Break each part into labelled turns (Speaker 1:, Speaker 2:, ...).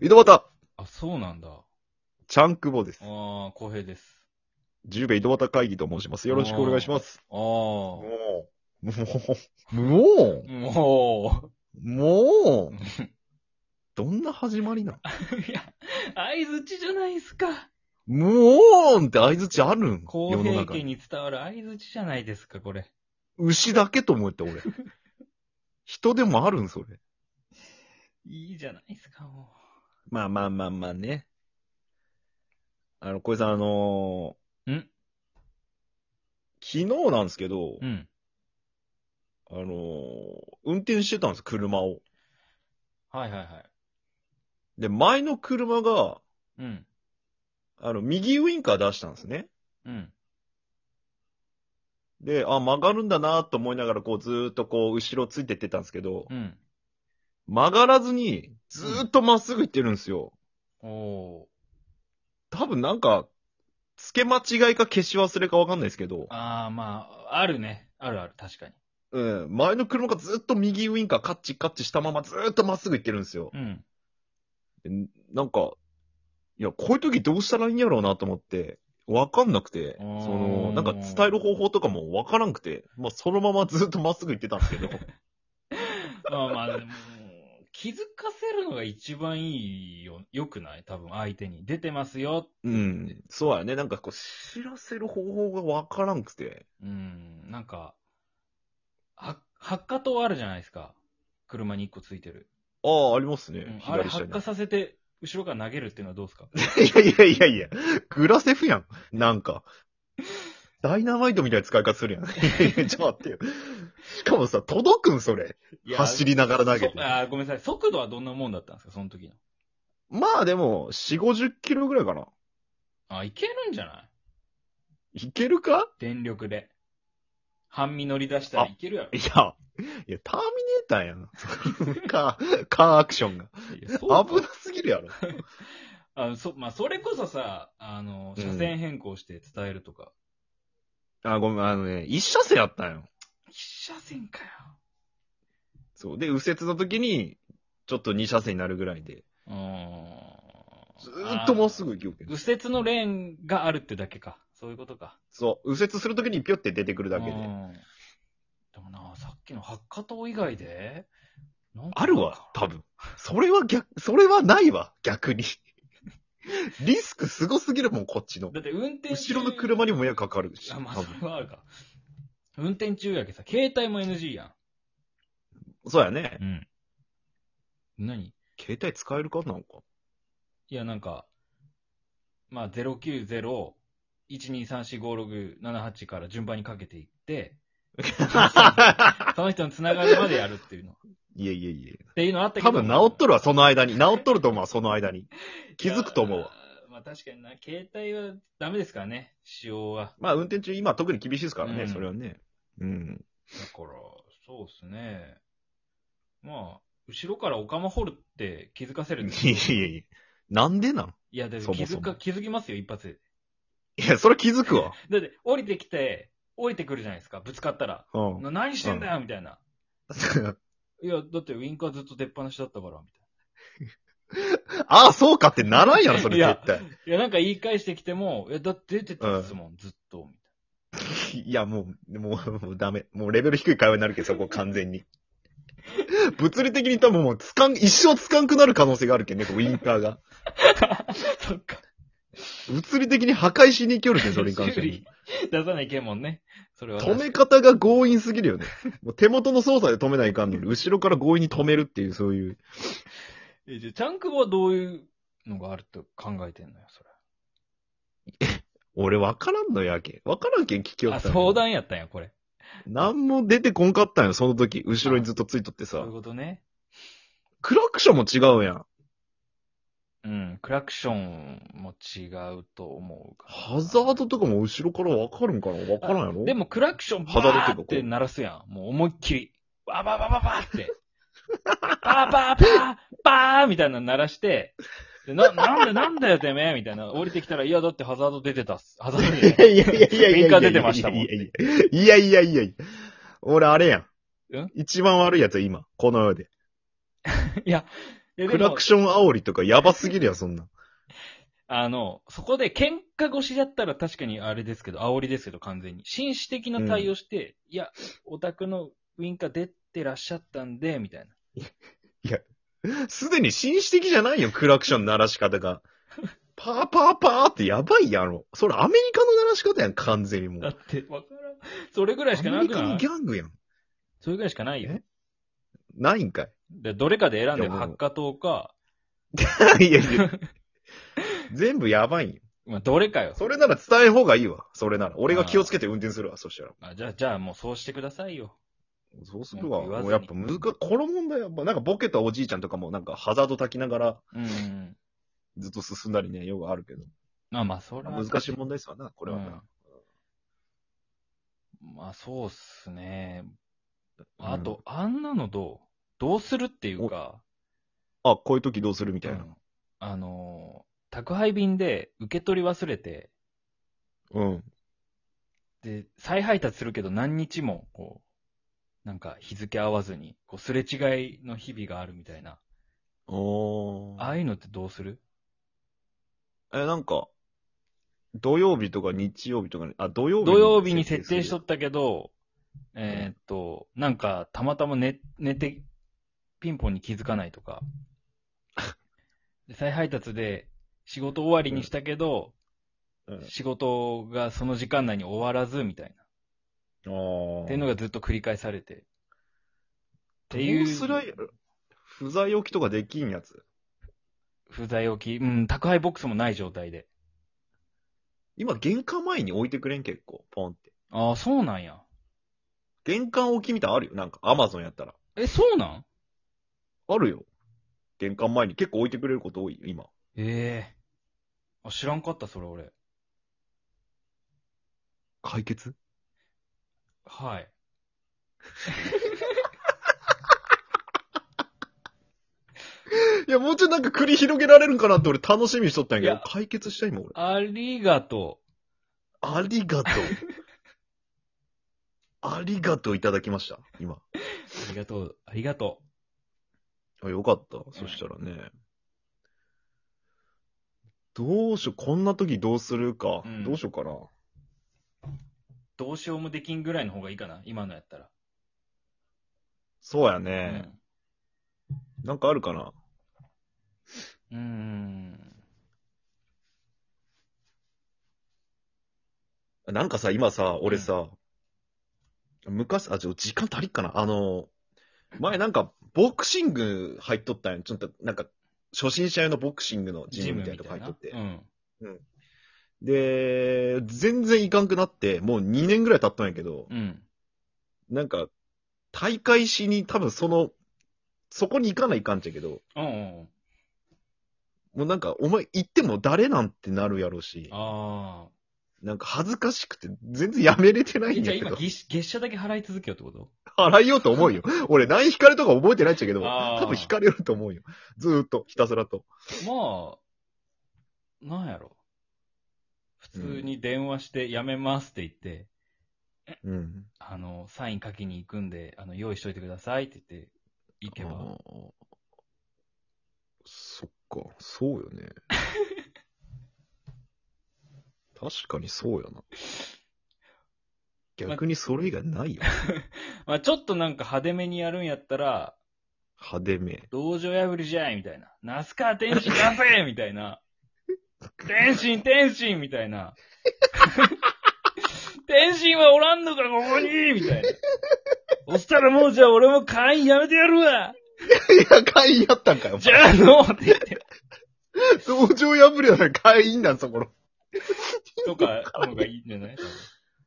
Speaker 1: 井戸端
Speaker 2: あ、そうなんだ。あ
Speaker 1: ちゃんくぼです。
Speaker 2: あ、公平です。
Speaker 1: 十兵衛井戸端会議と申します。よろしくお願いします。
Speaker 2: ああ。も
Speaker 1: もう、も
Speaker 3: も
Speaker 1: う、も
Speaker 2: う
Speaker 1: う、どんな始まりなん
Speaker 2: いや、合図値じゃないですか。
Speaker 1: もうーんって相づちあるん
Speaker 2: 公
Speaker 1: 世の
Speaker 2: 平
Speaker 1: 中
Speaker 2: 家
Speaker 1: に。
Speaker 2: に伝わる合図値じゃないですか、これ。
Speaker 1: 牛だけと思って、 俺。人でもあるん、それ。
Speaker 2: いいじゃないですか、も
Speaker 1: まあまあまあまあね。あの、小江さん、あのー
Speaker 2: ん
Speaker 1: 昨日なんですけど、
Speaker 2: う。うん。
Speaker 1: あのー運転してたんです、車を。
Speaker 2: はいはいはい。
Speaker 1: で、前の車が、
Speaker 2: うん。
Speaker 1: あの、右ウインカー出したんですね。
Speaker 2: うん。
Speaker 1: で、あ、曲がるんだなと思いながら、こう、ずーっとこう、後ろついてってたんですけど
Speaker 2: う、ん。
Speaker 1: 曲がらずに、ずーっとまっすぐ行ってるんですよ。
Speaker 2: おお
Speaker 1: 多分なんか、付け間違いか消し忘れかわかんないですけど
Speaker 2: ー。、ああ、まあ、あるね。あるある、確かに。
Speaker 1: うん、前の車がずーっと右ウインカーカッチカッチしたままずーっとまっすぐ行ってるんですよ。
Speaker 2: うん。
Speaker 1: でなんか、いや、こういう時どうしたらいいんやろうなと思って、わかんなくて、そ
Speaker 2: あー
Speaker 1: の、なんか伝える方法とかもわからんくて、まあ、そのままずーっとまっすぐ行ってたんですけど、
Speaker 2: まあまあ、でも、気づかせるのが一番いいよ。よくない多分、相手に。出てますよ。
Speaker 1: うん。そうやね。なんかこう、知らせる方法がわからんくて。
Speaker 2: うん。なんか、は、発火灯あるじゃないですか。車に一個ついてる。
Speaker 1: ああ、ありますね。
Speaker 2: うんあれ
Speaker 1: 左下
Speaker 2: 発
Speaker 1: に。
Speaker 2: 火させて、後ろから投げるっていうのはどうですか
Speaker 1: いやいやいやいや、グラセフやん。なんか。ダイナマイトみたいな使い方する やん。いやちょっと待ってよ。しかもさ、届くんそれ。 走
Speaker 2: り
Speaker 1: りながら投げて。
Speaker 2: あーごめんなさい。速度はどんなもんだったんですかその時の。
Speaker 1: まあでも、4、50キロぐらいかな。
Speaker 2: あ、いけるんじゃない
Speaker 1: いけるか
Speaker 2: 電力で。半身乗り出したらいけるやろ。
Speaker 1: いや、いや、ターミネーターやん。 カー、カーアクションが。
Speaker 2: いやそう
Speaker 1: 危なすぎるやろ。
Speaker 2: あのそ、まあ、それこそさ、あの、車線変更して伝えるとか。
Speaker 1: あ、ごめん、あのね、一車線やったんよ。
Speaker 2: 一車線かよ。
Speaker 1: そう。で、右折の時に、ちょっと2車線になるぐらいで。ず
Speaker 2: うーん。
Speaker 1: ーっとまっす
Speaker 2: ぐ。
Speaker 1: ぐ行きよけど。
Speaker 2: 右折のレーンがあるってだけか。そういうことか。
Speaker 1: そう。右折するときにピョって出てくるだけ
Speaker 2: う
Speaker 1: で。
Speaker 2: んでもな、さっきの発火灯以外で、なんか
Speaker 1: あるわ、多分。それは逆、それはないわ、逆に。リスクすごすぎるもん、こっちの。
Speaker 2: だって運転中
Speaker 1: 後ろの車にも迷惑かかるし。
Speaker 2: あ、まあ、
Speaker 1: 多
Speaker 2: そ
Speaker 1: 分
Speaker 2: れはあるか。運転中やけさ、携帯も NG や
Speaker 1: そうやね
Speaker 2: ん。。うん。何い
Speaker 1: 携帯使えるかなんか。
Speaker 2: や、なんか、まあ、090、1234567から順番にかけて いって、その人のつながりまでやるっていうの。っ
Speaker 1: いえいえいえ。
Speaker 2: ていうのあったけど。
Speaker 1: 多分治っとるわ、その間に。治っとると思うわ、その間に。気づくと思うわ。
Speaker 2: いやー。まあ確かにな、携帯はダメですからね、使用は。
Speaker 1: まあ、運転中、今特に厳しいですからね、
Speaker 2: うん
Speaker 1: それはね。うん。
Speaker 2: だから、そうですね。まあ、後ろからオカマ掘るって気づかせるんです
Speaker 1: い
Speaker 2: よ
Speaker 1: えいえいえ。なんでなん
Speaker 2: いや、だって
Speaker 1: そも
Speaker 2: 気
Speaker 1: そ
Speaker 2: づ
Speaker 1: も
Speaker 2: か、気づきますよ、一発で。
Speaker 1: いや、それ気づくわ。
Speaker 2: だって、降りてきて、降りてくるじゃないですか、ぶつかったら。
Speaker 1: うん。
Speaker 2: な何してんだよ、みたいな。いや、だってウインカーずっと出っ放しだったから、み
Speaker 1: ああ、そうかってならんやろ、それ
Speaker 2: いや
Speaker 1: 絶対。
Speaker 2: たいな。いや、なんか言い返してきても、いや、だって出てたんですもん、ずっと、み
Speaker 1: いや、もう、もう、もうダメ。もうレベル低い会話になるけど、そこ完全に。 物理的に多分もう、つかん、一生つかんくなる可能性があるけんね、こうウインカーが。
Speaker 2: たいな。 そっか。
Speaker 1: 物理的に破壊しに行きよるけん、 それに関して
Speaker 2: 修
Speaker 1: はね
Speaker 2: 理出さないけんもんね。それは。
Speaker 1: 止め方が強引すぎるよね。もう手元の操作で止めないかんのに、後ろから強引に止めるっていう、そういう。
Speaker 2: え、じゃあ、チャンクボはどういうのがあると考えてんのよ、そ
Speaker 1: 俺わからんのやけん。わからんけん聞き
Speaker 2: れ。
Speaker 1: よ
Speaker 2: あ、
Speaker 1: ったんよ
Speaker 2: 相談やったんや、これ。
Speaker 1: なんも出てこんかったんよ、その時。後ろにずっとついとって
Speaker 2: そう
Speaker 1: さ
Speaker 2: いう。ことね。
Speaker 1: クラクションも違うやん。
Speaker 2: うん、クラクションも違うと思うから
Speaker 1: ハザードとかも後ろからわかるんかなわからんやろ
Speaker 2: でもクラクションバ
Speaker 1: ハザードって
Speaker 2: ー
Speaker 1: どこ
Speaker 2: って鳴らすやん。もう思いっきり。バーバーバーバーバ ーって。バーバーバーバーみたいなの鳴らして、でな、なんでなんだよてめえみたいな。降りてきたら、いやだってハザード出てたっす。ハザード出 て
Speaker 1: いやいやいやいやいやいや。
Speaker 2: ウインカー出てましたもん
Speaker 1: いやいやいやいやいや。俺あれやん
Speaker 2: ん。
Speaker 1: 一番悪いやつよ今。この世で。
Speaker 2: いや、いやで
Speaker 1: クラ
Speaker 2: も
Speaker 1: ク、ション煽りとかやばすぎるやん、そんな。
Speaker 2: あの、そこで喧嘩越しだったら確かにあれですけど、煽りですけど完全に。紳士的な対応して、いや、オタクのウィンカー出てらっしゃったんで、みたいな。
Speaker 1: すでに紳士的じゃないよ、クラクション鳴らし方 が。パーパーパーってやばいやろ。それアメリカの鳴らし方やん、完全にも
Speaker 2: だ
Speaker 1: う。
Speaker 2: って、わからん。それぐらいしか
Speaker 1: アメ
Speaker 2: な
Speaker 1: リ
Speaker 2: く
Speaker 1: カ
Speaker 2: な
Speaker 1: の
Speaker 2: い
Speaker 1: ギャングやん。
Speaker 2: それぐらいしかないよ
Speaker 1: え。ないんかい。
Speaker 2: でどれかで選んで、
Speaker 1: いやもう
Speaker 2: ハッカ党か、
Speaker 1: い やいや。全部やばいんよ。
Speaker 2: まあ、どれかよ。
Speaker 1: それなら伝えん方がいいわ。それなら。俺が気をつけて運転するわ、そしたら。
Speaker 2: あじゃあ、じゃあもうそうしてくださいよ。
Speaker 1: そうするわ。
Speaker 2: 文句言わずに
Speaker 1: もうやっぱ難しい。この問題は、まあなんかボケたおじいちゃんとかもなんかハザード炊きながら
Speaker 2: うんうん。
Speaker 1: ずっと進んだりね、よくあるけど。
Speaker 2: まあまあ、それは。
Speaker 1: 難しい問題ですわな、これはな。
Speaker 2: うんまあ、そうっすね。あと、あんなのどうどうするっていうか、
Speaker 1: あ、こういう時どうするみたいうな。
Speaker 2: んあのー、宅配便で受け取り忘れて、
Speaker 1: うん。
Speaker 2: で、再配達するけど何日も、こう、なんか日付合わずに、こう、すれ違いの日々があるみたいな。
Speaker 1: お
Speaker 2: ああいうのってどうする
Speaker 1: え、なんか、土曜日とか日曜日とかに、あ、土曜日
Speaker 2: 土曜日に設定しと
Speaker 1: っ
Speaker 2: ったけど、えーっと、なんか、たまたま寝、寝て、ピンポンに気づかないとか。で再配達で、仕事終わりにしたけ
Speaker 1: た。
Speaker 2: ど、
Speaker 1: うん
Speaker 2: 仕事がその時間内に終わらず、みたいな。
Speaker 1: ああ。
Speaker 2: っていうのがずっと繰り返されて。ってい
Speaker 1: ど
Speaker 2: う
Speaker 1: うすりゃいい不在置きとかできんやつ。
Speaker 2: 不在置き、うん、宅配ボックスもない状態で。
Speaker 1: 今、玄関前に置いてくれん結構、ポンって。
Speaker 2: ああ、そうなんや。
Speaker 1: 玄関置きみたいなのあるよ。なんか、アマゾンやったら。
Speaker 2: え、そうなん
Speaker 1: あるよ。玄関前に結構置いてくれること多いよ、今。
Speaker 2: ええあ、知らんかった、それ俺。
Speaker 1: 解決
Speaker 2: はい。
Speaker 1: いや、もうちょいなんか繰り広げられるんかなって俺楽しみにしとったんや
Speaker 2: い
Speaker 1: け
Speaker 2: や
Speaker 1: ど、解決した今俺。
Speaker 2: ありがとう。
Speaker 1: あり がとう。ありがとういただきました、今。
Speaker 2: ありがとう、ありがと
Speaker 1: あ、よかった。そしたらね。どうしよう、こんな時どうするか。
Speaker 2: うん
Speaker 1: どうしようかな。
Speaker 2: う。どうしようもできんぐらいの方がいいかな、今のやったら。
Speaker 1: そうやね。なんかあるかな。
Speaker 2: うん。うーん。
Speaker 1: なんかさ、今さ、俺さ、昔、あ、ちょ、時間足りっかな。あの、前なんか、ボクシング入っとったんや。ちょっと、なんか、初心者用のボクシングのジ
Speaker 2: ジ
Speaker 1: ム
Speaker 2: ム
Speaker 1: み
Speaker 2: み
Speaker 1: た
Speaker 2: た
Speaker 1: い
Speaker 2: い
Speaker 1: なと
Speaker 2: な。
Speaker 1: こ入っとって
Speaker 2: う。ん。
Speaker 1: で、全然いかんくなって、もう2年ぐらい経ったんやけど、
Speaker 2: うん。
Speaker 1: なんか、大会しに多分その、そこに行かないかんちゃけど、
Speaker 2: うんうん。
Speaker 1: もうなんか、お前行っても誰なんてなるやろうし、
Speaker 2: あ
Speaker 1: なんか恥ずかしくて全然やめれてな
Speaker 2: あ。
Speaker 1: い
Speaker 2: え
Speaker 1: ん
Speaker 2: じゃ
Speaker 1: や
Speaker 2: あ
Speaker 1: け
Speaker 2: 今、
Speaker 1: ど、
Speaker 2: 月月謝だけ払い続けようってこと
Speaker 1: 払いようと思うよ。俺、何光るとか覚えてないっちゃけど、
Speaker 2: あー
Speaker 1: 多分光れると思うよ。ずーっと、ひたすらと。
Speaker 2: まあ、なんやろ。普通に電話して、やめますって言って、
Speaker 1: うん。
Speaker 2: あの、サイン書きに行くんで、あの、用意しといてくださいって言って、行け
Speaker 1: あ
Speaker 2: ば。
Speaker 1: ーそっか、そうよ ね。確かにそうやな。逆にそれ以外ないよ。
Speaker 2: まあ、ちょっとなんか派手めにやるんやったら、
Speaker 1: 派手め。
Speaker 2: 道場破りじゃいみたいな。ナスカ天心出せみたいな。天心天心みたいな。天心はおらんのか、ここにみたいな。そしたらもうじゃあ俺も会員やめてやるわ
Speaker 1: いや、会員やったんかよ。
Speaker 2: じゃあのって言って。
Speaker 1: 道場破りやら会員なん、そこの。
Speaker 2: とか、のがいいんじゃない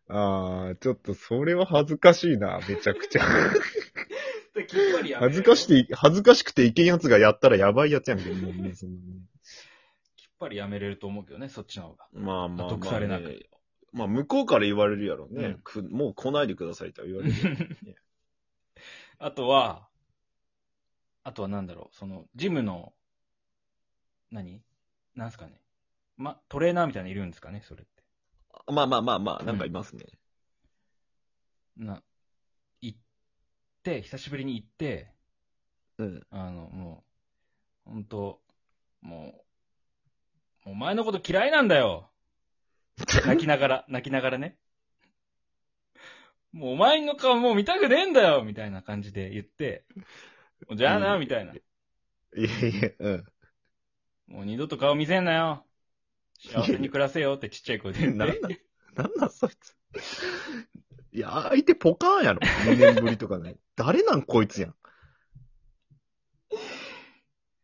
Speaker 1: あー、ちょっとそれは恥ずかしいな、めちゃくちゃ。
Speaker 2: きっぱりやめる
Speaker 1: 恥ずかし。て、恥ずかしくていけんやつがやったらやばいやつやんけど、もうね、そんなね
Speaker 2: きっぱりやめれると思うけどね、そっちの方が。
Speaker 1: まあまあまあ、
Speaker 2: 得されなく
Speaker 1: ねまあ、向こうから言われるやろね、
Speaker 2: うん
Speaker 1: く。もう来ないでくださいとは言われる。
Speaker 2: あとは、あとはなんだろう、その、ジムの、何なんすかね。ま、トレーナーみたいなのいるんですかね、それって。
Speaker 1: まあまあまあまあ、なんかいますね。
Speaker 2: な、行って、久しぶりに行って、
Speaker 1: うん。
Speaker 2: あの、もう、ほんと、もう、お前のこと嫌いなんだよ。泣きなが ら、泣きながらね。もうお前の顔もう見たくねえんだよみたいな感じで言って、もうじゃあな、
Speaker 1: うん
Speaker 2: みたいな。
Speaker 1: いやいや、うん。
Speaker 2: もう二度と顔見せんなよ。幸せに暮らせよってちっちゃい声で言って。
Speaker 1: なんだ、なんだそいつ。いや、相手ポカーンやろ。2年ぶりとかね。誰なんこいつやん。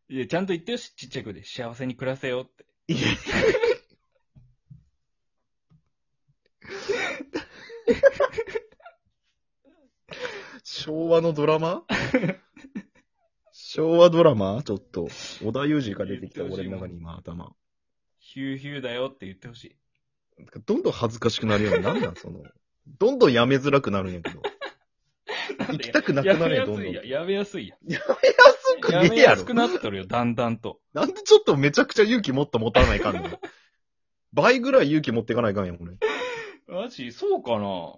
Speaker 2: いや、ちゃんと言ってよし、ちっちゃい声で。幸せに暮らせよって。
Speaker 1: いや昭和のドラマ昭和ドラマちょっと。織田裕二が出てきた俺の中に今頭。
Speaker 2: ヒューヒューだよって言ってほしい。
Speaker 1: どんどん恥ずかしくなるようになんなんその。どんどんやめづらくなるんやけど。行きたくなくなるよ、どんどん。や
Speaker 2: やめやすいや。
Speaker 1: めやすく
Speaker 2: や
Speaker 1: ね
Speaker 2: め
Speaker 1: えや
Speaker 2: やす
Speaker 1: ろ
Speaker 2: く。なっとるよ、だんだんと。
Speaker 1: なんでちょっとめちゃくちゃ勇気もっと持たないかんの倍ぐらい勇気持っていかないかんやん、俺。い
Speaker 2: マジそうかな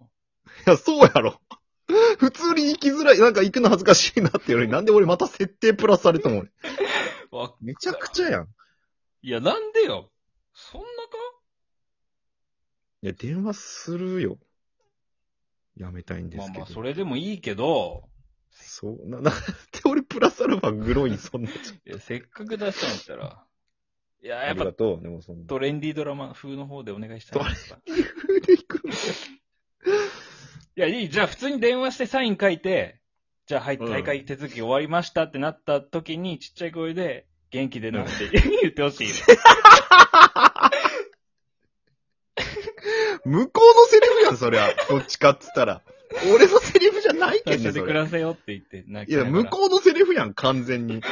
Speaker 1: や、そうやろ。 普通に行きづらい、なんか行くの恥ずかしいなっていうのに、なんで俺また設定プラスされたもん、俺。
Speaker 2: わ
Speaker 1: めちゃくちゃやん。
Speaker 2: いや、なんでよ。そんなか
Speaker 1: いや、電話するよ。やめたいんで
Speaker 2: ますあ
Speaker 1: けど。
Speaker 2: まあ、それでもいいけど、
Speaker 1: そう、な、なんで俺プラスアルファグロいにそんな。
Speaker 2: い やせっかく出したんだったら。いや、
Speaker 1: あ
Speaker 2: やっ
Speaker 1: りが
Speaker 2: ぱ
Speaker 1: とう、でもそんな。
Speaker 2: トレンディードラマ風の方でお願いしたいな。やっぱ
Speaker 1: 風で行くの
Speaker 2: いや、いい。じゃあ普通に電話してサイン書いて、じゃあはい、
Speaker 1: うん
Speaker 2: 大会手続き終わりましたってなった時に、ちっちゃい声で、元気でなって 言ってほしい。
Speaker 1: 向こうのセリフやん、そりゃ。 どっちかっつったら。俺のセリフじゃないけ
Speaker 2: 会
Speaker 1: ん
Speaker 2: 社
Speaker 1: ね、そ
Speaker 2: で暮
Speaker 1: れ。
Speaker 2: らせよって言って、泣
Speaker 1: い
Speaker 2: きな
Speaker 1: や、
Speaker 2: がら
Speaker 1: 向こうのセリフやん、完全に。